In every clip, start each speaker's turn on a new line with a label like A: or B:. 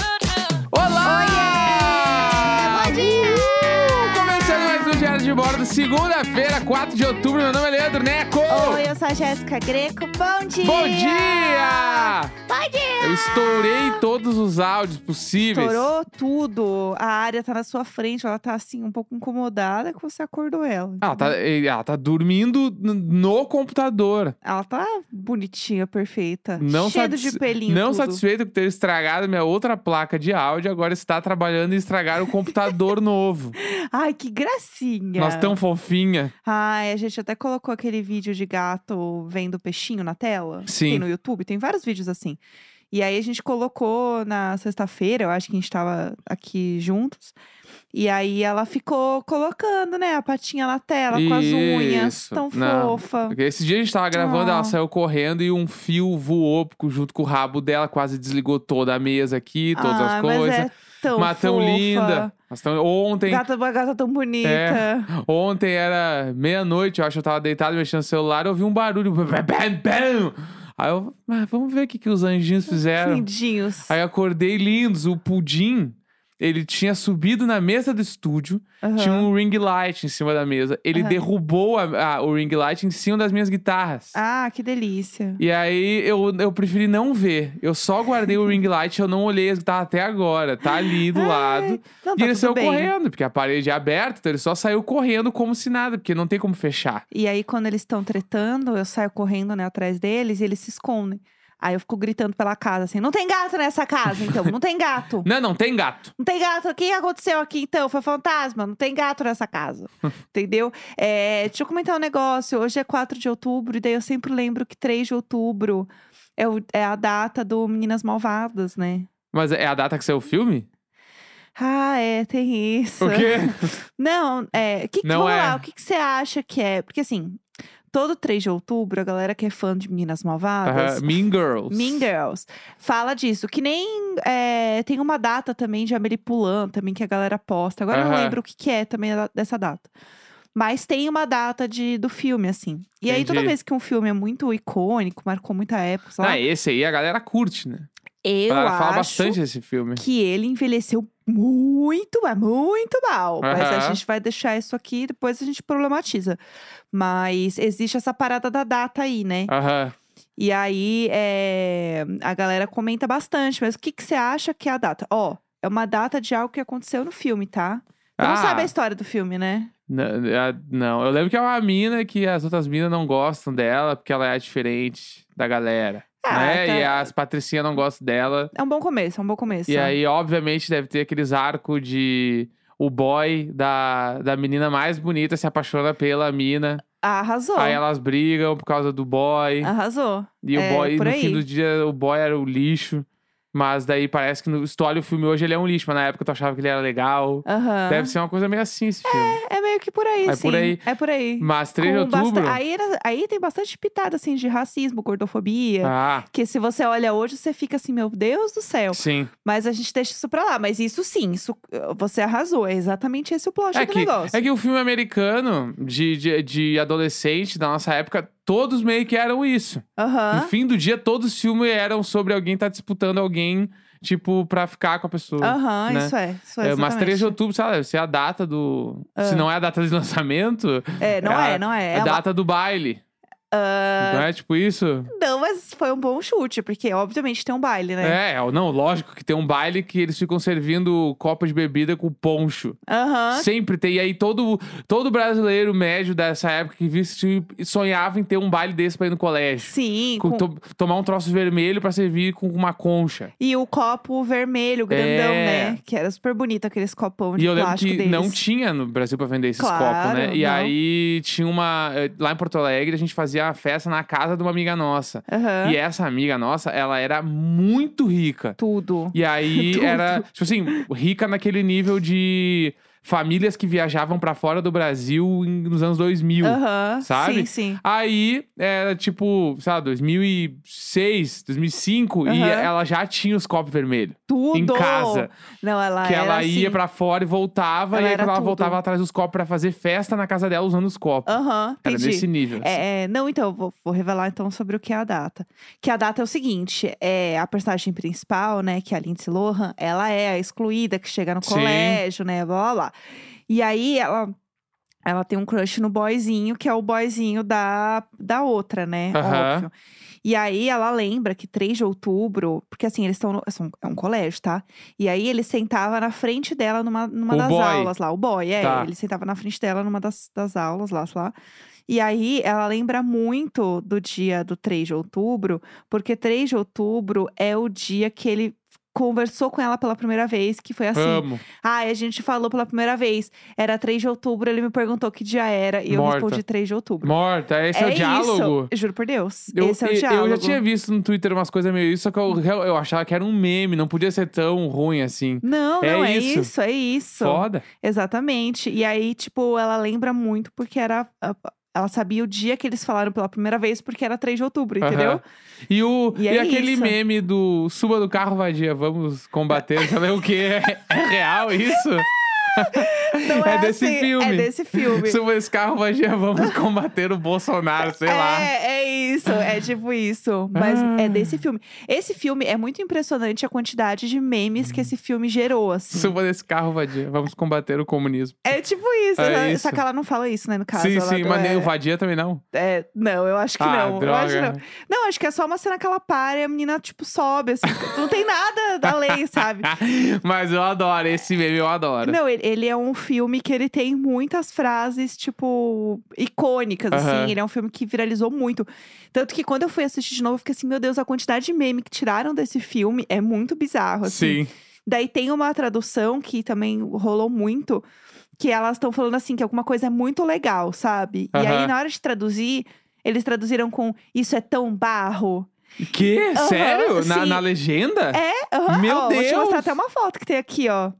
A: um Segunda-feira, 4 de outubro. Meu nome é Leandro Neco.
B: Oi, eu sou a Jéssica Greco. Bom dia!
A: Bom dia!
B: Bom dia!
A: Eu estourei todos os áudios possíveis.
B: Estourou tudo. A área tá na sua frente, ela tá assim, um pouco incomodada que você acordou ela.
A: Ela tá, ela tá dormindo n- no computador.
B: Ela tá bonitinha, perfeita.
A: Não
B: Cheio
A: satis-
B: de pelinho.
A: Não
B: tudo.
A: satisfeito com ter estragado minha outra placa de áudio, agora está trabalhando em estragar o computador novo.
B: Ai, que gracinha.
A: Nós tão fofinha.
B: Ai, a gente até colocou aquele vídeo de gato vendo peixinho na tela. que
A: Sim.
B: Tem no YouTube, tem vários vídeos assim. E aí a gente colocou na sexta-feira, eu acho que a gente tava aqui juntos. E aí ela ficou colocando, né, a patinha na tela com as unhas,
A: Isso.
B: tão
A: Não.
B: fofa.
A: Esse dia a gente tava gravando,
B: Ah.
A: ela saiu correndo e um fio voou co- junto com o rabo dela, quase desligou toda a mesa aqui, todas
B: ah, mas
A: as coisas.
B: é tão
A: Mas tão
B: fofa.
A: linda. Mas tão- Ontem,
B: Gata, uma gata tão bonita.
A: ontem era meia-noite, eu acho que eu tava deitado mexendo no celular, eu ouvi um barulho. bam, bam, bam. Aí eu, "Ah, vamos ver o que, que os anjinhos fizeram.
B: Lindinhos.
A: É, Aí eu acordei lindos, o pudim. Ele tinha subido na mesa do estúdio,
B: Aham.
A: tinha um ring light em cima da mesa. Ele
B: Aham.
A: derrubou a- a- o ring light em cima das minhas guitarras.
B: Ah, que delícia.
A: E aí eu, eu preferi não ver. Eu só guardei o ring light, eu não olhei as guitarras até agora. Tá ali do
B: Ai,
A: lado.
B: Não,
A: E
B: tá
A: ele
B: tudo
A: saiu
B: bem.
A: correndo, porque a parede é aberta, então ele só saiu correndo como se nada, porque não tem como fechar.
B: E aí, quando eles estão tretando, eu saio correndo, né, atrás deles e eles se escondem. Aí eu fico gritando pela casa, assim, não tem gato nessa casa, então, não tem gato.
A: Não, não tem gato.
B: Não tem gato, o que aconteceu aqui, então? Foi fantasma, não tem gato nessa casa, entendeu? É, deixa eu comentar um negócio, hoje é 4 de outubro, e daí eu sempre lembro que 3 de outubro é, o- é a data do Meninas Malvadas, né?
A: Mas é a data que saiu o filme?
B: Ah, é, tem isso.
A: O quê?
B: Não, é. Que, que-
A: Não
B: vamos
A: é.
B: lá, o que, que você acha que é? Porque assim, todo 3 de outubro, a galera que é fã de Meninas Malvadas.
A: Aham, mean Girls.
B: Ah, Mean Girls. Fala disso. Que nem é, tem uma data também de Amelie Poulain, também que a galera posta. Agora eu não
A: Aham.
B: lembro o que, que é também da- dessa data. Mas tem uma data de, do filme, assim. E aí, toda
A: Entendi.
B: vez que um filme é muito icônico, marcou muita época, sei lá,
A: Ah, esse aí a galera curte, né?
B: eu
A: a galera fala
B: acho
A: bastante desse filme.
B: que ele envelheceu muito, mas muito mal. Mas a
A: Aham.
B: gente vai deixar isso aqui, depois a gente problematiza. Mas existe essa parada da data aí, né?
A: Aham.
B: E aí é, a galera comenta bastante, mas o que, que você acha que é a data? Ó, é uma data de algo que aconteceu no filme, tá? Você
A: Ah.
B: não sabe a história do filme, né?
A: N- a- Não, eu lembro que é uma mina que as outras minas não gostam dela, porque ela é diferente da galera.
B: Ah,
A: né?
B: tá.
A: E as patricinhas não gostam dela.
B: É um bom começo, é um bom começo.
A: E aí, obviamente, deve ter aqueles arcos de o boy da, da menina mais bonita se apaixona pela mina.
B: Arrasou.
A: Aí elas brigam por causa do boy.
B: Arrasou.
A: e o
B: Ah, é,
A: boy,
B: por
A: no
B: aí.
A: fim do dia, o boy era o lixo. Mas daí parece que no, se tu olha o filme hoje, ele é um lixo, mas na época tu achava que ele era legal.
B: Aham.
A: Deve ser uma coisa meio assim esse filme.
B: É meio que por aí,
A: É
B: sim.
A: por aí.
B: É por aí.
A: Mas 3 de
B: com basta-
A: outubro.
B: Aí, era- aí tem bastante pitada, assim, de racismo, gordofobia.
A: Ah,
B: Que se você olha hoje, você fica assim, meu Deus do céu.
A: sim.
B: Mas a gente deixa isso pra lá. Mas isso sim, isso eh, você arrasou. É exatamente esse o plot
A: É
B: do
A: que,
B: negócio.
A: é que o filme americano de, de, de adolescente da nossa época, todos meio que eram isso. No
B: Aham.
A: fim do dia, todos os filmes eram sobre alguém tá disputando alguém, tipo, pra ficar com a pessoa.
B: Aham,
A: né?
B: isso é. Isso é,
A: É, mas 3 de
B: exatamente.
A: outubro, sabe, se é a data do. Se não é a data de lançamento,
B: É, não
A: é
B: é, não é.
A: é
B: É
A: a
B: uma- Ah.
A: data do baile. Não é tipo isso?
B: Não, mas foi um bom chute, porque obviamente tem um baile, né?
A: É. ou não, lógico que tem um baile que eles ficam servindo copo de bebida com poncho.
B: Aham.
A: Sempre tem. E aí todo, todo brasileiro médio dessa época que visse, tipo, sonhava em ter um baile desse pra ir no colégio.
B: Sim.
A: Com-
B: com-
A: to- tomar um troço vermelho pra servir com uma concha.
B: E o copo vermelho, grandão,
A: É.
B: né? Que era super bonito aqueles copão de
A: E eu lembro
B: plástico
A: que
B: deles.
A: não tinha no Brasil pra vender esses
B: Claro,
A: copos, né? E
B: não.
A: aí tinha uma. eh, Lá em Porto Alegre, a gente fazia uma festa na casa de uma amiga nossa.
B: Aham.
A: E é essa amiga nossa, ela era muito rica.
B: Tudo.
A: E aí
B: Tudo.
A: era, tipo assim, rica naquele nível de famílias que viajavam pra fora do Brasil em- nos anos 2000.
B: Aham.
A: sabe?
B: Sim, sim.
A: Aí era tipo, sei lá, 2006, 2005, e
B: Aham.
A: ela já tinha os copos vermelhos
B: Tudo.
A: em casa.
B: Não, ela
A: Que
B: era
A: ela
B: assim.
A: ia pra fora e voltava,
B: Ela
A: e aí
B: era
A: quando ela
B: tudo.
A: voltava atrás dos copos pra fazer festa na casa dela usando os copos.
B: Aham,
A: Era
B: entendi.
A: nesse nível. assim.
B: É, é, não, então, eu vou, vou revelar então sobre o que é a data. Que a data é o seguinte: é a personagem principal, né, que é a Lindsay Lohan, ela é a excluída que chega no
A: Sim.
B: colégio, né, blá blá blá. E aí ela Ela tem um crush no boyzinho, que é o boyzinho da, da outra, né?
A: Aham.
B: Óbvio. E aí ela lembra que 3 de outubro, porque assim, eles estão. no- são- É um colégio, tá? E aí ele sentava na frente dela numa, numa
A: O
B: das
A: boy.
B: aulas lá. O boy, é.
A: Tá.
B: Ele sentava na frente dela numa das, das aulas lá, sei lá. E aí ela lembra muito do dia do 3 de outubro, porque 3 de outubro é o dia que ele conversou com ela pela primeira vez, que foi assim.
A: Amo.
B: Ai, a gente falou pela primeira vez. Era 3 de outubro, ele me perguntou que dia era e eu
A: Morta.
B: respondi 3 de outubro.
A: Morta, esse é, o
B: isso.
A: diálogo.
B: Juro por Deus.
A: Eu,
B: Esse é o
A: e-
B: diálogo.
A: eu já tinha visto no Twitter umas coisas meio isso, só que eu, real- eu achava que era um meme, não podia ser tão ruim assim.
B: Não,
A: É
B: não, é
A: isso.
B: isso, é isso.
A: Foda.
B: Exatamente. E aí, tipo, ela lembra muito porque era. a- Ela sabia o dia que eles falaram pela primeira vez, porque era 3 de outubro, entendeu?
A: Aham. E, o,
B: E é
A: aquele
B: isso.
A: meme do suba do carro, vadia, vamos combater, sabe o que? É, é real isso?
B: Não
A: É desse
B: assim,
A: filme.
B: É desse filme.
A: Suba esse carro, vadia, vamos combater o Bolsonaro, sei
B: é,
A: lá.
B: é isso, é tipo isso. Mas
A: Ah.
B: é desse filme. Esse filme é muito impressionante a quantidade de memes que esse filme gerou, assim.
A: Suba desse carro, vadia, vamos combater o comunismo.
B: É tipo isso,
A: É
B: né?
A: isso.
B: só que ela não fala isso, né, no caso.
A: sim,
B: ela
A: sim,
B: não
A: mas nem
B: é-
A: o vadia também não.
B: é, não, eu acho que
A: Ah,
B: não. Eu acho que
A: droga.
B: não. Não, acho que é só uma cena que ela para e a menina, tipo, sobe, assim. não tem nada da lei, sabe?
A: mas eu adoro, esse meme eu adoro.
B: Não, ele, ele é um filme que ele tem muitas frases, tipo, icônicas,
A: Aham.
B: assim. Ele é um filme que viralizou muito. Tanto que quando eu fui assistir de novo, eu fiquei assim, meu Deus, a quantidade de meme que tiraram desse filme é muito bizarro, assim.
A: sim.
B: Daí tem uma tradução que também rolou muito, que elas estão falando assim, que alguma coisa é muito legal, sabe? E
A: Aham.
B: aí, na hora de traduzir, eles traduziram com isso é tão barro.
A: Que?
B: Aham,
A: Sério? Na,
B: sim.
A: na legenda?
B: É, aham,
A: Meu
B: ó, Vou te
A: Deus!
B: mostrar até uma foto que tem aqui, ó.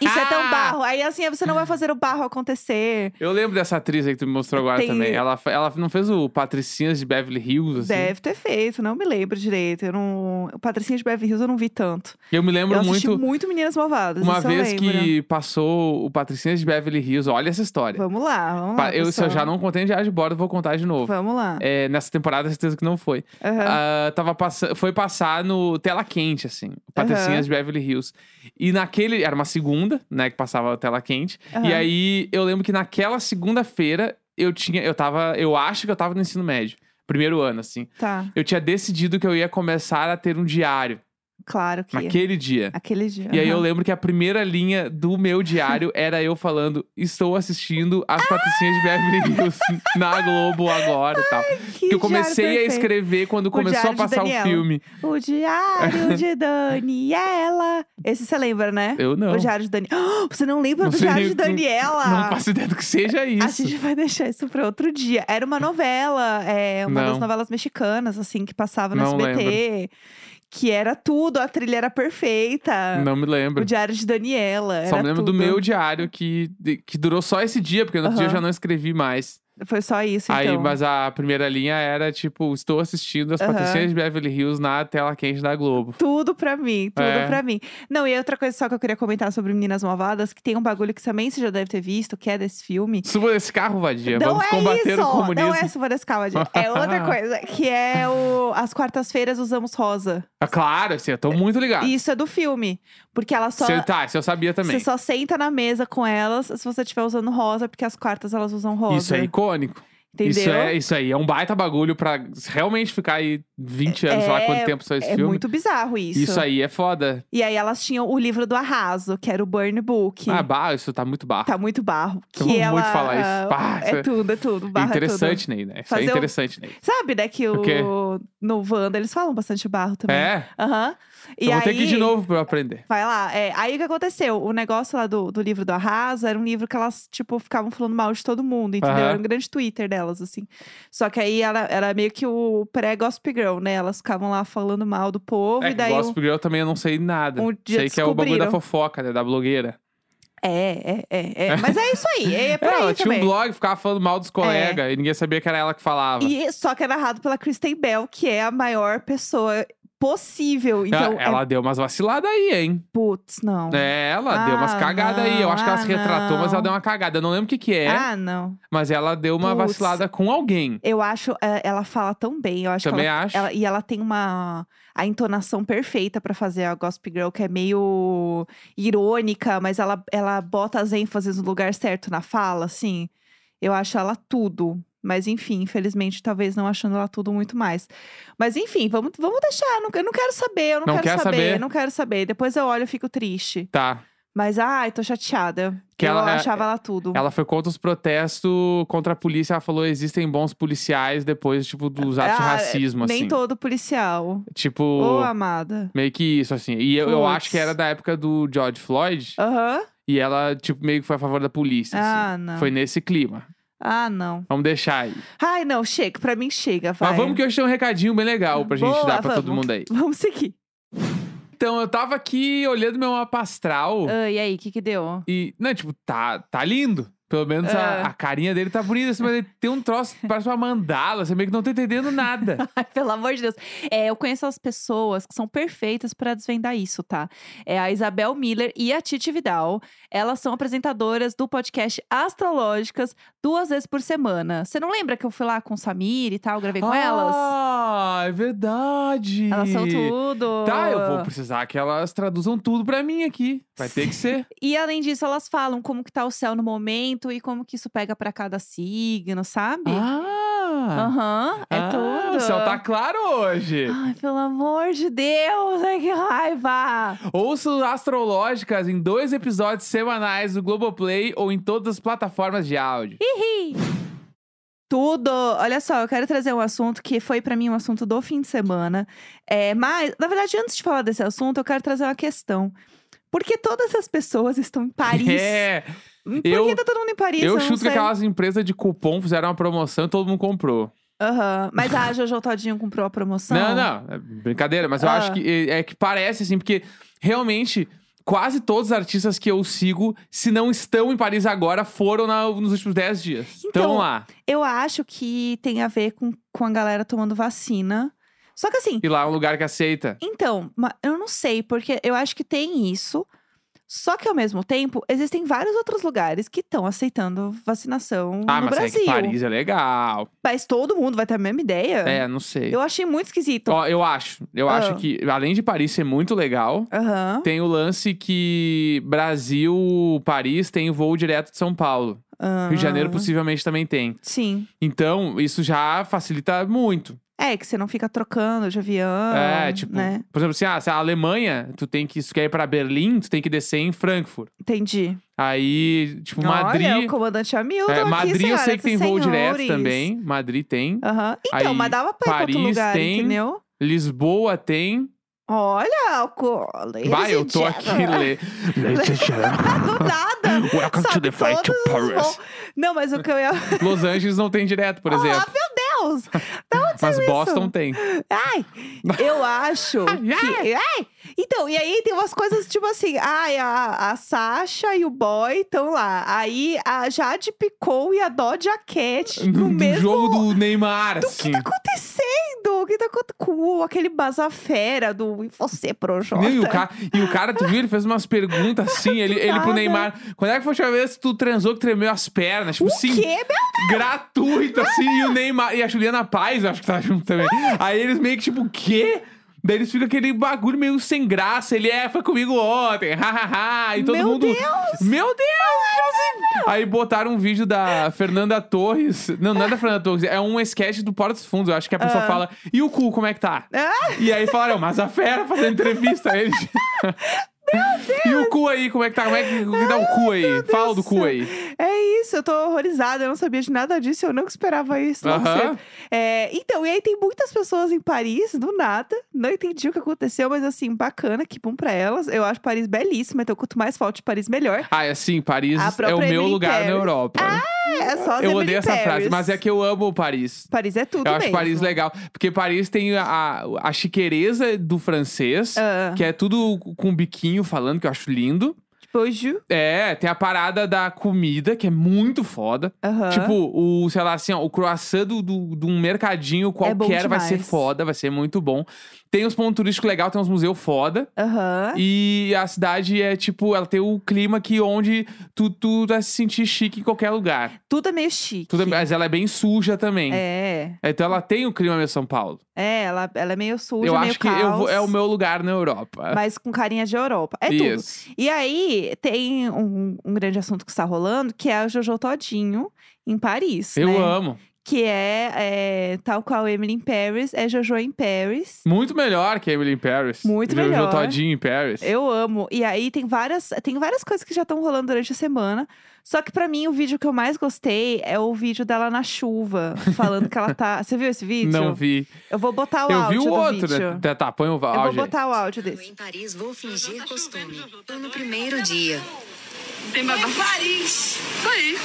B: Isso é tão barro. Aí assim, você não vai fazer o barro acontecer.
A: Eu lembro dessa atriz aí que tu me mostrou agora
B: Tem-
A: também. Ela, fa- ela não fez o Patricinhas de Beverly Hills, assim?
B: Deve ter feito, não me lembro direito. Eu não... O Patricinha de Beverly Hills eu não vi tanto.
A: Eu me lembro
B: eu assisti
A: muito
B: muito, Meninas Malvadas.
A: uma
B: isso
A: vez
B: eu lembro.
A: que passou o Patricinhas de Beverly Hills. Olha essa história.
B: Vamos lá, vamos
A: Pa-
B: lá.
A: eu, se eu
B: pessoal.
A: já não contei em Diário de Bordo, eu vou contar de novo.
B: Vamos lá.
A: É, nessa temporada, certeza que não foi.
B: Aham.
A: Ah, tava passa- foi passar no Tela Quente, assim. Patricinhas
B: Aham.
A: de Beverly Hills. E naquele. Era uma segunda, né? Que passava a Tela Quente. E
B: Aham.
A: aí eu lembro que naquela segunda-feira eu tinha. Eu tava. Eu acho que eu tava no ensino médio. Primeiro ano, assim.
B: Tá,
A: Eu tinha decidido que eu ia começar a ter um diário
B: claro que.
A: naquele dia.
B: Aquele dia.
A: E aí eu
B: aham.
A: lembro que a primeira linha do meu diário era eu falando: Estou assistindo as patricinhas de Beverly Hills na Globo agora e tal. Que eu
B: diário
A: comecei a
B: perfeito.
A: escrever quando começou a
B: diário de
A: passar o
B: Daniela.
A: filme.
B: O Diário de Daniela. Esse você lembra, né?
A: Eu não.
B: O Diário de Daniela. Você não lembra
A: Não
B: do
A: sei,
B: Diário de
A: não-
B: Daniela?
A: Não faço ideia do que seja
B: A
A: isso.
B: gente vai deixar isso pra outro dia. Era uma novela, é, uma das
A: Não.
B: novelas mexicanas, assim, que passava no
A: Não
B: SBT. Que era tudo, a trilha era perfeita.
A: Não me lembro.
B: O Diário de Daniela.
A: Só
B: era
A: me lembro do
B: tudo.
A: meu diário que, de- que durou só esse dia, porque no outro dia eu
B: Aham.
A: já não escrevi mais.
B: Foi só isso,
A: Aí,
B: então.
A: mas a primeira linha era tipo: Estou assistindo as
B: Aham.
A: patricinhas de Beverly Hills na tela quente da Globo.
B: Tudo pra mim, tudo
A: É.
B: pra mim. Não, e outra coisa só que eu queria comentar sobre Meninas Malvadas, que tem um bagulho que também você já deve ter visto, que é desse filme.
A: Suba desse carro, vadia.
B: não
A: Vamos
B: é
A: combater
B: isso!
A: o comunismo.
B: Não é Silvanescal, é outra coisa, que é o As Quartas-Feiras Usamos Rosa.
A: Ah, Claro, assim, eu tô muito ligado.
B: E isso é do filme, porque ela só...
A: Se eu- tá, isso eu sabia também.
B: Você só senta na mesa com elas se você estiver usando rosa, porque as quartas elas usam rosa.
A: Isso é icônico.
B: entendeu?
A: Isso, é, isso aí é um baita bagulho pra realmente ficar aí 20 anos, sei lá
B: É-
A: quanto tempo só esse
B: É
A: filme.
B: muito bizarro isso.
A: aí é foda.
B: E aí elas tinham o livro do arraso, que era o Burn Book.
A: Ah, bah, isso tá muito barro.
B: Tá muito barro. Que
A: Eu amo
B: ela,
A: muito falar isso. Pá, isso é-
B: é tudo, é tudo. Barro é
A: interessante, Ney, né? Isso
B: Fazer
A: é
B: um-
A: interessante, Ney.
B: tudo. Sabe, né, que
A: O quê?
B: o... no Wanda eles falam bastante barro também.
A: É?
B: Aham. E
A: eu vou
B: aí...
A: ter que ir de novo pra eu aprender.
B: Vai lá. É, aí o que aconteceu? O negócio lá do, do livro do Arraso era um livro que elas, tipo, ficavam falando mal de todo mundo, entendeu?
A: Aham.
B: Era um grande Twitter delas, assim. Só que aí ela, era meio que o pré-Gossip Girl, né? Elas ficavam lá falando mal do povo
A: É
B: e
A: que
B: daí. o-
A: Gossip Girl também eu não sei nada.
B: um dia
A: sei que é o bagulho da
B: descobriram.
A: fofoca, né? Da blogueira.
B: É, é, é, é. Mas é isso aí. É por
A: É, ela
B: aí
A: tinha
B: também. É.
A: um blog, ficava falando mal dos colegas e ninguém sabia que era ela que falava. Ah,
B: E só que é narrado pela Kristen Bell, que é a maior pessoa possível. Então,
A: ela ela deu umas vaciladas aí, hein?
B: é... putz, não.
A: É, ela deu umas
B: Ah,
A: cagadas aí. Eu acho que ela
B: não,
A: se retratou, mas ela
B: não.
A: deu uma cagada. Eu não lembro o que que é,
B: Ah, não.
A: mas ela deu uma
B: Putz.
A: vacilada com alguém.
B: Eu acho, é, ela fala tão bem. Eu acho que
A: Também
B: ela,
A: acho.
B: ela- e ela tem uma a entonação perfeita pra fazer a Gossip Girl, que é meio irônica, mas ela, ela bota as ênfases no lugar certo na fala, assim. Eu acho ela tudo. Mas enfim, infelizmente, talvez não achando ela tudo muito mais. Mas enfim, vamos, vamos deixar. Não, eu não quero saber, eu não,
A: Não
B: quero
A: quer
B: saber,
A: saber?
B: eu não quero saber. Depois eu olho e fico triste.
A: Tá.
B: Mas ai, tô chateada.
A: Que
B: eu
A: ela- é,
B: achava ela tudo.
A: Ela foi contra os protestos contra a polícia. Ela falou: existem bons policiais depois, tipo, dos atos de
B: Ah,
A: racismo,
B: Nem
A: assim.
B: todo policial.
A: Tipo,
B: Ô, amada.
A: meio que isso, assim. E eu, eu
B: Puts.
A: acho que era da época do George Floyd.
B: Aham.
A: E ela, tipo, meio que foi a favor da polícia. assim.
B: Ah, não.
A: Foi nesse clima.
B: Ah, não.
A: Vamos deixar aí.
B: Ai, não, chega. Pra mim chega, vai.
A: Mas vamos que hoje tem um recadinho bem legal pra gente
B: Boa,
A: dar pra
B: vamos.
A: todo mundo aí.
B: Vamos seguir.
A: Então, eu tava aqui olhando meu mapa astral
B: Ah, e aí, o que que deu?
A: e. Não, tipo, tá, tá lindo. Pelo menos a,
B: Ah.
A: a carinha dele tá bonita, assim, mas ele tem um troço que parece uma mandala. Você meio que não tá entendendo nada.
B: Ai, pelo amor de Deus. É, eu conheço as pessoas que são perfeitas pra desvendar isso, tá? É a Isabel Miller e a Titi Vidal. Elas são apresentadoras do podcast Astrológicas duas vezes por semana. Você não lembra que eu fui lá com o Samir e tal, gravei com elas?
A: Ah, é verdade.
B: Elas são tudo.
A: Tá, eu vou precisar que elas traduzam tudo pra mim aqui. Vai ter que ser.
B: E além disso, elas falam como que tá o céu no momento e como que isso pega pra cada signo, sabe?
A: Ah!
B: Aham, é
A: ah,
B: tudo.
A: O céu tá claro hoje.
B: Ai, pelo amor de Deus, ai que raiva!
A: Ouço Astrológicas em dois episódios semanais do Globoplay ou em todas as plataformas de áudio.
B: Tudo! Olha só, eu quero trazer um assunto que foi pra mim um assunto do fim de semana. É, mas, na verdade, antes de falar desse assunto, eu quero trazer uma questão. Por que todas as pessoas estão em Paris?
A: É,
B: Por
A: eu-
B: que tá todo mundo em Paris?
A: eu
B: não
A: chuto que
B: sei.
A: aquelas empresas de cupom fizeram uma promoção e todo mundo comprou.
B: Aham, Mas a Jojo Todinho comprou a promoção?
A: Não, não, é brincadeira, mas eu
B: Ah.
A: acho que é que parece assim, porque realmente quase todos os artistas que eu sigo, se não estão em Paris agora, foram na- nos últimos 10 dias.
B: Então,
A: estão lá.
B: Eu acho que tem a ver com, com a galera tomando vacina. Só que assim,
A: E lá é um lugar que aceita.
B: Então, ma- eu não sei, porque eu acho que tem isso. Só que ao mesmo tempo, existem vários outros lugares que estão aceitando vacinação
A: Ah,
B: no
A: mas
B: Brasil.
A: é que Paris é legal.
B: Mas todo mundo vai ter a mesma ideia.
A: É, não sei.
B: Eu achei muito esquisito.
A: Ó, eu acho. Eu
B: Ah.
A: acho que, além de Paris ser muito legal,
B: Aham.
A: tem o lance que Brasil, Paris tem voo direto de São Paulo. Rio de Janeiro
B: Ah,
A: possivelmente também tem.
B: Sim.
A: Então, isso já facilita muito.
B: É, que você não fica trocando de avião.
A: é, tipo,
B: Né?
A: por exemplo, assim, ah, se a Alemanha, tu tem que, se tu quer ir pra Berlim, tu tem que descer em Frankfurt.
B: Entendi.
A: Aí, tipo,
B: Olha, o
A: Madrid.
B: comandante Hamilton
A: é,
B: aqui,
A: Madrid eu
B: senhoras
A: sei que
B: e
A: tem voo direto
B: senhores.
A: também. Madrid tem.
B: Aham. Então,
A: Aí,
B: mas dava pra ir pra outro
A: Paris
B: lugar,
A: tem-
B: entendeu?
A: Lisboa tem.
B: Olha, o ladies
A: Vai, eu
B: and
A: tô aqui
B: gentlemen.
A: le...
B: Do nada.
A: Welcome to
B: Sabe,
A: the fight to
B: todos os
A: Paris.
B: voos. Não, mas o que eu ia.
A: Los Angeles não tem direto, por
B: Olá,
A: exemplo.
B: Deus!
A: Mas Boston tem.
B: Ai! Eu acho. que... Ai! Então, e aí tem umas coisas tipo assim: ai, a, a Sasha e o boy estão lá. Aí a Jade Picou e a Dodja Cat no,
A: do
B: Tipo, mesmo.
A: jogo do Neymar, assim.
B: O que tá acontecendo? O que tá acontecendo? Com aquele bazafera do e você, Projota.
A: Meu, e, o cara, e o cara, tu viu, ele fez umas perguntas assim, ele, ele pro
B: nada.
A: Neymar. Quando é que foi a última vez que tu transou que tremeu as pernas? Tipo,
B: O
A: sim,
B: quê, meu?
A: gratuito, assim, e o Neymar. E a Juliana Paz, eu acho que tá junto também. Aí eles meio que, tipo, o quê? Daí eles ficam aquele bagulho meio sem graça. Ele é, foi comigo ontem, hahaha. E todo
B: Meu
A: mundo.
B: Deus!
A: Meu Deus! tipo assim. Aí botaram um vídeo da Fernanda Torres. Não, não é da Fernanda Torres, é um sketch do Porta dos Fundos. Eu acho que a pessoa fala, e o cu, como é que tá?
B: Ah,
A: E aí falaram, mas a fera tá fazendo entrevista a ele. E o cu aí, como é que tá? Como é que, o que dá o cu aí?
B: Deus
A: Fala do
B: do
A: cu
B: céu.
A: aí.
B: É isso, eu tô horrorizada, eu não sabia de nada disso, eu não esperava isso. logo
A: Aham.
B: cedo. É, então, e aí tem muitas pessoas em Paris, do nada, não entendi o que aconteceu, mas assim, bacana, que bom pra elas. Eu acho Paris belíssima, então quanto mais falta de Paris, melhor.
A: Ah, é assim, Paris
B: A
A: é
B: própria
A: o meu
B: Emily
A: lugar
B: Paris.
A: na Europa.
B: É, é só as
A: eu
B: Emily
A: odeio essa
B: Paris.
A: frase, mas é que eu amo Paris.
B: Paris é tudo
A: eu acho
B: mesmo.
A: Paris legal. Porque Paris tem a, a chiqueireza do francês,
B: Ah,
A: que é tudo com biquinho falando, que eu acho lindo.
B: tipo, Bonjour.
A: É, tem a parada da comida, que é muito foda.
B: Aham.
A: Tipo, o, sei lá, assim, ó, o croissant do, do, de um mercadinho
B: É bom
A: qualquer vai ser
B: demais.
A: foda, vai ser muito bom. Tem uns pontos turísticos legais, tem uns museus foda.
B: Aham.
A: E a cidade é, tipo, ela tem o clima que onde tu, tu vai se sentir chique em qualquer lugar.
B: Tudo é meio chique.
A: Tudo é- mas ela é bem suja também.
B: É.
A: Então ela tem o clima meio São Paulo.
B: É, ela, ela é meio suja,
A: eu
B: meio
A: acho que eu vou-
B: caos,
A: é o meu lugar na Europa.
B: Mas com carinha de Europa. É tudo.
A: Isso.
B: E aí, tem um, um grande assunto que está rolando, que é a Jojo Todinho em Paris.
A: Eu
B: né?
A: amo.
B: Que é, é, tal qual Emily in Paris, é Jojo em Paris.
A: Muito melhor que Emily in Paris.
B: Muito
A: Jojo
B: melhor.
A: Todinho em Paris.
B: Eu amo. E aí tem várias, tem várias coisas que já estão rolando durante a semana. Só que pra mim o vídeo que eu mais gostei é o vídeo dela na chuva, falando que ela tá. Você viu esse vídeo?
A: Não vi.
B: Eu vou botar o
A: Eu vi
B: áudio
A: o
B: do
A: outro,
B: vídeo.
A: né? Tá, tá, põe o
B: Eu vou
A: áudio. aí.
B: botar o áudio desse.
C: Em Paris, vou fingir costume. Tô no primeiro dia.
D: Tem babá.
E: Em Paris.
D: Isso aí.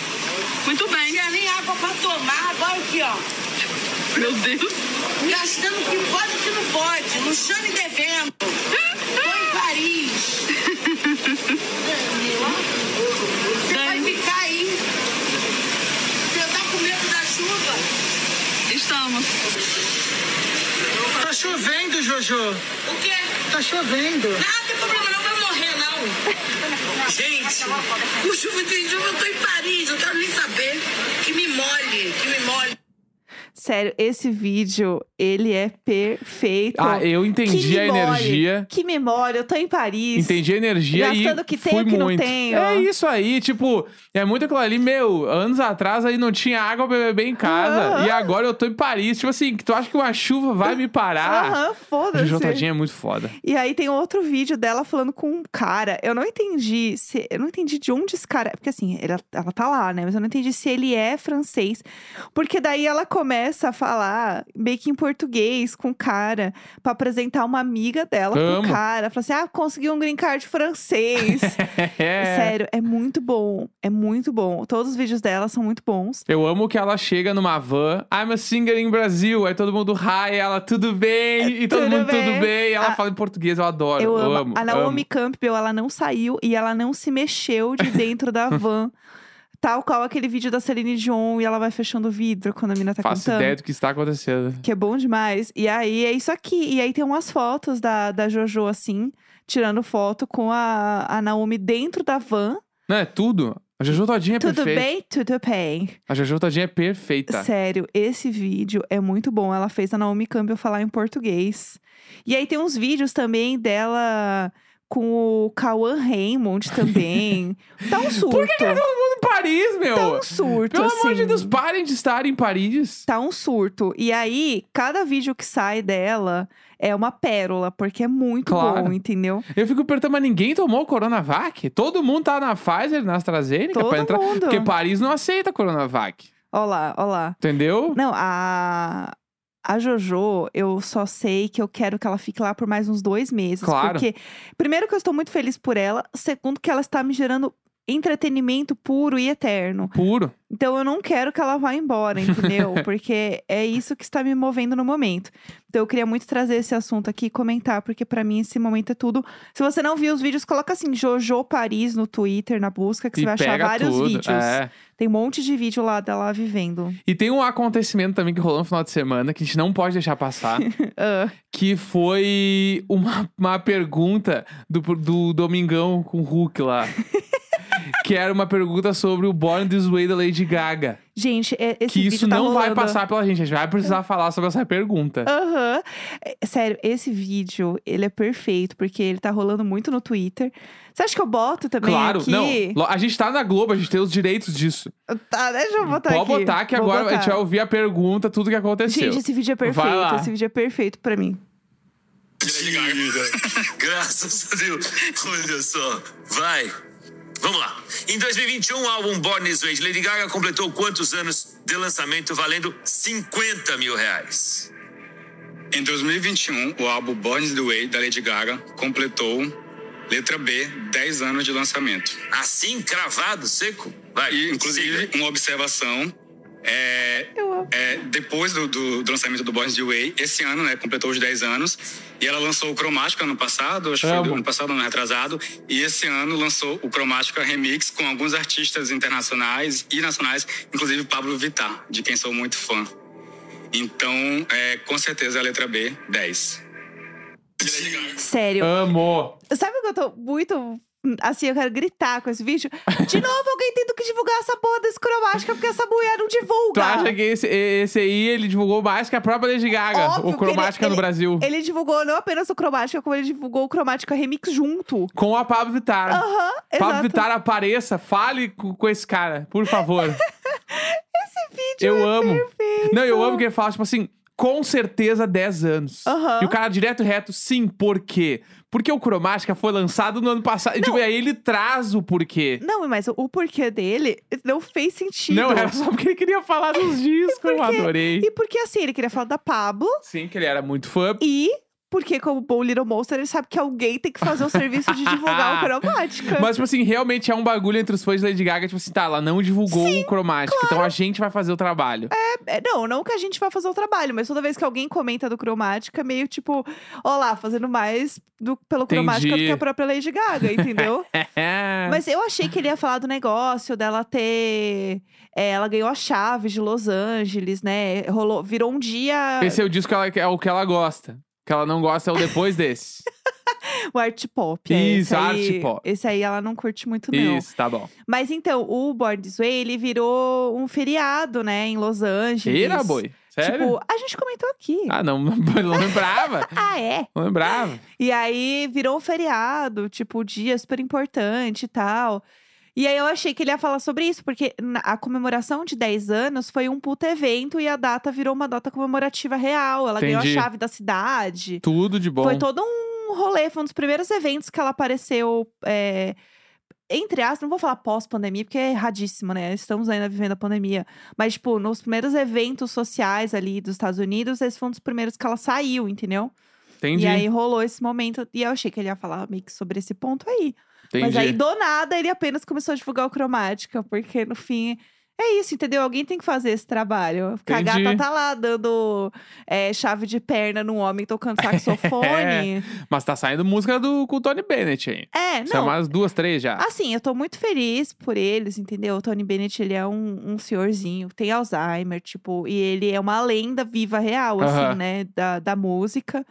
D: Muito
E: Não
D: bem.
E: tinha nem água pra tomar, agora aqui, ó.
D: Meu Deus.
E: Gastando o que pode e o que não pode. No chame devendo. Tô em Paris. Você vai ficar aí. Você tá com medo da chuva?
D: Estamos.
F: Tá chovendo, Jojo.
E: O quê?
F: Tá chovendo.
E: Ah, não tem problema não, vai morrer, não. Gente, o chuva tem chuva, eu tô em Paris. Eu quero nem saber. Que me molhe, que me molhe.
B: Sério, esse vídeo, ele é perfeito.
A: Ah, eu entendi
B: Que
A: a
B: memória,
A: energia.
B: Que memória, eu tô em Paris.
A: Entendi a energia
B: Gastando
A: e
B: o que tem,
A: fui
B: o que não
A: muito.
B: tem, ó.
A: é isso aí, tipo, é muito aquilo ali, meu, anos atrás aí não tinha água pra beber em casa.
B: Aham.
A: E agora eu tô em Paris. Tipo assim, tu acha que uma chuva vai me parar?
B: Aham,
A: Ah, Jojo
B: foda-se.
A: Todinho é muito foda.
B: E aí tem outro vídeo dela falando com um cara. Eu não entendi se. Eu não entendi de onde esse cara. Porque assim, ela, ela tá lá, né? Mas eu não entendi se ele é francês. Porque daí ela começa a falar meio que em português com o cara pra apresentar uma amiga dela
A: Amo.
B: pro cara. Fala assim: ah, consegui um green card francês.
A: É.
B: Sério, é muito bom. É muito bom. Todos os vídeos dela são muito bons.
A: Eu amo que ela chega numa van, I'm a singer in Brasil. Aí todo mundo hi, ela, tudo bem? E todo
B: Tudo
A: mundo,
B: bem.
A: tudo bem. E ela
B: A-
A: fala em português, eu adoro.
B: Eu amo.
A: amo.
B: A Naomi Campbell, ela não saiu e ela não se mexeu de dentro da van. Tal qual aquele vídeo da Celine Dion e ela vai fechando o vidro quando a mina tá
A: Faço
B: cantando.
A: ideia do que está acontecendo.
B: Que é bom demais. E aí é isso aqui. E aí tem umas fotos da, da Jojo, assim, tirando foto com a, a Naomi dentro da van.
A: Não, é tudo. A Jojo Todinho é
B: tudo
A: perfeita.
B: bem? Tudo bem.
A: A Jojo Todinho é perfeita.
B: Sério, esse vídeo é muito bom. Ela fez a Naomi Campbell falar em português. E aí tem uns vídeos também dela com o Cauã Raymond também. tá um surto.
A: Por que, que tá todo mundo em Paris, meu?
B: Tá um surto,
A: Pelo
B: assim.
A: amor de Deus, parem de estar em Paris.
B: Tá um surto. E aí, cada vídeo que sai dela é uma pérola, porque é muito
A: Claro.
B: bom, entendeu?
A: Eu fico perguntando, mas ninguém tomou o Coronavac? Todo mundo tá na Pfizer, na AstraZeneca
B: Todo
A: pra entrar.
B: mundo.
A: Porque Paris não aceita Coronavac.
B: Ó lá, ó lá.
A: Entendeu?
B: Não, a. A Jojo, eu só sei que eu quero que ela fique lá por mais uns dois meses.
A: Claro.
B: Porque, primeiro, que eu estou muito feliz por ela. Segundo, que ela está me gerando entretenimento puro e eterno.
A: Puro.
B: Então, eu não quero que ela vá embora, entendeu? porque é isso que está me movendo no momento. Então, eu queria muito trazer esse assunto aqui e comentar, porque pra mim esse momento é tudo. Se você não viu os vídeos, coloca assim, Jojo Paris no Twitter, na busca, É que
A: e
B: você vai achar
A: pega
B: vários
A: tudo.
B: vídeos.
A: É.
B: Tem um monte de vídeo lá dela vivendo.
A: E tem um acontecimento também que rolou no final de semana que a gente não pode deixar passar.
B: Ah.
A: que foi uma, uma pergunta do, do Domingão com o Hulk lá. que era uma pergunta sobre o Born This Way da Lady Gaga.
B: Gente, é- esse
A: que
B: vídeo
A: isso
B: tá
A: não vai
B: rolando.
A: passar pela gente. A gente vai precisar falar sobre essa pergunta.
B: Aham. É, Sério, esse vídeo, ele é perfeito, porque ele tá rolando muito no Twitter. Você acha que eu boto também
A: Claro,
B: aqui?
A: não. Lo- A gente tá na Globo, a gente tem os direitos disso.
B: Tá, deixa eu botar
A: Pode
B: aqui.
A: botar que
B: Vou
A: agora a
B: botar.
A: gente vai ouvir a pergunta, tudo que aconteceu.
B: Gente, esse vídeo é
A: Vai lá.
B: perfeito. Esse vídeo é perfeito pra mim.
G: Graças a Deus. Olha só. Vai. Vamos lá. Em 2021, o álbum Born This Way de Lady Gaga completou quantos anos de lançamento valendo 50 mil reais?
H: Em 2021, o álbum Born This Way da Lady Gaga completou, letra B, 10 anos de lançamento.
G: Assim, cravado, seco? Vai,
H: E,
G: siga.
H: inclusive, uma observação É,
B: Eu amo.
H: é, depois do, do- do lançamento do Born This Way, esse ano, né, completou os 10 anos. E ela lançou o Cromática ano passado, acho que foi
A: Amo.
H: do ano passado, ano retrasado. E esse ano lançou o Cromática Remix com alguns artistas internacionais e nacionais, inclusive Pablo Vittar, de quem sou muito fã. Então, é, com certeza a letra B, 10.
B: Sério.
A: Amo.
B: Sabe o que eu tô muito. Assim, eu quero gritar com esse vídeo. De novo, alguém tendo que divulgar essa porra desse cromática, porque essa mulher não divulga.
A: Tu acha que esse, esse aí ele divulgou mais que a própria Lady Gaga,
B: Óbvio
A: o
B: que ele-
A: Cromática
B: ele-
A: no Brasil.
B: Ele divulgou não apenas o cromática, como ele divulgou o cromática remix junto.
A: Com a Pablo Vittar.
B: Aham,
A: Pablo
B: Ah, exato.
A: Vittar, apareça, fale co- com, esse cara, por favor.
B: Esse vídeo
A: eu
B: é
A: amo.
B: perfeito.
A: Não, eu amo que ele fala, tipo assim, com certeza 10 anos.
B: Aham.
A: E o cara direto e reto, sim, por quê? Porque o Cromática foi lançado no ano passado. E, tipo, e aí ele traz o porquê.
B: Não, mas o, o porquê dele não fez sentido.
A: Não, era só porque ele queria falar dos discos, eu
B: Porque-
A: adorei.
B: E porque assim, ele queria falar da Pablo
A: Sim, que ele era muito fã.
B: e porque, como bom Little Monster, ele sabe que alguém tem que fazer o serviço de divulgar o cromática.
A: Mas, tipo assim, realmente é um bagulho entre os fãs de Lady Gaga, tipo assim, tá, ela não divulgou o cromático, então a gente vai fazer o trabalho.
B: É, não, não que a gente vá fazer o trabalho, mas toda vez que alguém comenta do cromática, é meio tipo, ó lá, fazendo mais do, pelo cromática do
A: Entendi.
B: que a própria Lady Gaga, entendeu? É.
A: É.
B: Mas eu achei que ele ia falar do negócio dela ter. é, ela ganhou a chave de Los Angeles, né? Rolou, virou um dia
A: Esse é o disco que ela, é o que ela gosta. O que ela não gosta é o depois desse.
B: o art pop. é,
A: Isso,
B: esse
A: art
B: aí-
A: pop.
B: Esse aí ela não curte muito, não.
A: Isso, tá bom.
B: Mas então, o Born This Way, ele virou um feriado, né? Em Los Angeles.
A: Tira, boi. Sério?
B: Tipo, a gente comentou aqui.
A: Ah, não, não lembrava.
B: Ah, é?
A: Não lembrava.
B: E aí virou um feriado, tipo, dia super importante e tal. E aí eu achei que ele ia falar sobre isso, porque na- a comemoração de 10 anos foi um puto evento e a data virou uma data comemorativa real. Ela
A: Entendi.
B: ganhou a chave da cidade.
A: Tudo de bom.
B: Foi todo um rolê, foi um dos primeiros eventos que ela apareceu. é, entre aspas, não vou falar pós-pandemia, porque é erradíssimo, né? Estamos ainda vivendo a pandemia. Mas, tipo, nos primeiros eventos sociais ali dos Estados Unidos, esse foi um dos primeiros que ela saiu, entendeu?
A: Entendi.
B: E aí rolou esse momento. E eu achei que ele ia falar meio que sobre esse ponto aí.
A: entendi.
B: Mas aí, do nada, ele apenas começou a divulgar o cromática, porque no fim. É isso, entendeu? Alguém tem que fazer esse trabalho. Porque
A: Entendi.
B: a gata tá lá dando é, chave de perna num homem tocando saxofone.
A: Mas tá saindo música do, com o Tony Bennett aí.
B: é,
A: São
B: não.
A: umas duas, três já.
B: Assim, eu tô muito feliz por eles, entendeu? O Tony Bennett, ele é um, um senhorzinho, tem Alzheimer, tipo, e ele é uma lenda viva real,
A: Aham.
B: assim, né? Da, da música.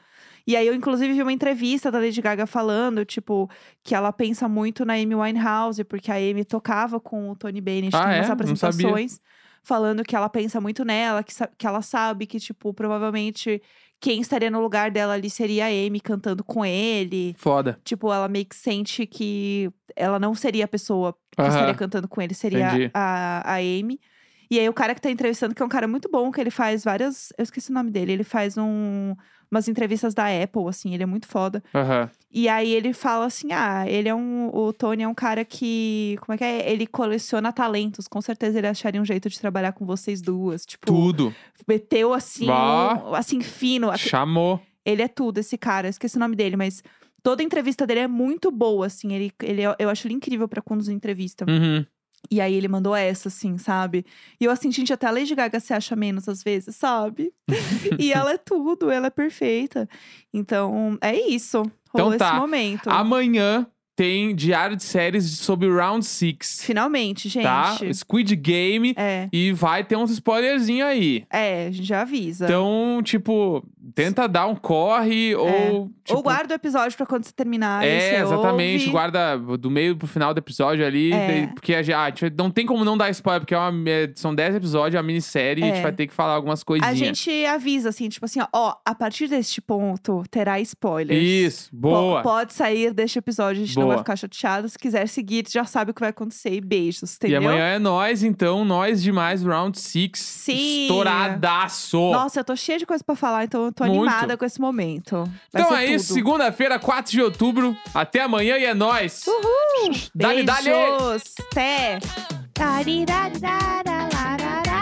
B: E aí eu, inclusive, vi uma entrevista da Lady Gaga falando, tipo, que ela pensa muito na Amy Winehouse, porque a Amy tocava com o Tony Bennett
A: Ah,
B: nas
A: é? Não
B: apresentações. Falando que ela pensa muito nela, que, sa- que ela sabe que, tipo, provavelmente quem estaria no lugar dela ali seria a Amy cantando com ele.
A: Foda.
B: Tipo, ela meio que sente que ela não seria a pessoa que
A: Aham.
B: estaria cantando com ele, seria
A: Entendi.
B: a, a Amy. E aí o cara que tá entrevistando, que é um cara muito bom, que ele faz várias. Eu esqueci o nome dele, ele faz um, umas entrevistas da Apple, assim, ele é muito foda.
A: Aham.
B: E aí ele fala assim: ah, ele é um. O Tony é um cara que. Como é que é? Ele coleciona talentos. Com certeza ele acharia um jeito de trabalhar com vocês duas. Tipo,
A: Tudo.
B: meteu assim,
A: Bah.
B: um- assim, fino. aque-
A: Chamou.
B: ele é tudo, esse cara. Eu esqueci o nome dele, mas toda entrevista dele é muito boa, assim. Ele, ele, é- eu acho ele incrível pra conduzir entrevista.
A: Uhum.
B: E aí ele mandou essa, assim, sabe? E eu, assim, gente, até a Lady Gaga se acha menos às vezes, sabe? e ela é tudo, ela é perfeita. Então, é isso.
A: Então
B: Rolou
A: tá.
B: esse momento.
A: Amanhã tem diário de séries sobre Round Six
B: Finalmente, gente.
A: tá? Squid Game.
B: É,
A: E vai ter uns spoilerzinhos aí.
B: é, a gente já avisa.
A: Então, tipo, tenta dar um corre ou. tipo,
B: É. Ou guarda o episódio pra quando você terminar. aí
A: É,
B: você
A: exatamente.
B: ouve.
A: Guarda do meio pro final do episódio ali.
B: É.
A: tem- Porque a gente, ah, a gente não tem como não dar spoiler, porque é uma, é- são 10 episódios, é uma minissérie, e a gente
B: É.
A: vai ter que falar algumas
B: A
A: coisinhas.
B: gente avisa, assim, tipo assim, ó, ó, a partir deste ponto terá spoilers.
A: Isso,
B: Po-
A: boa.
B: Pode sair deste episódio, a gente não
A: Boa.
B: vai ficar chateado. Se quiser seguir, já sabe o que vai acontecer. E beijos,
A: E
B: entendeu?
A: amanhã é nós, então, nós demais, round 6.
B: Sim.
A: Estouradaço.
B: Nossa, eu tô cheia de coisa pra falar, então eu tô
A: Muito.
B: animada com esse momento. Vai
A: então
B: ser
A: é
B: tudo.
A: isso, segunda-feira, 4 de outubro. Até amanhã e é nós.
B: Uhul!
A: Dale, dale!
B: Beijos! Até! Tarirarararararara.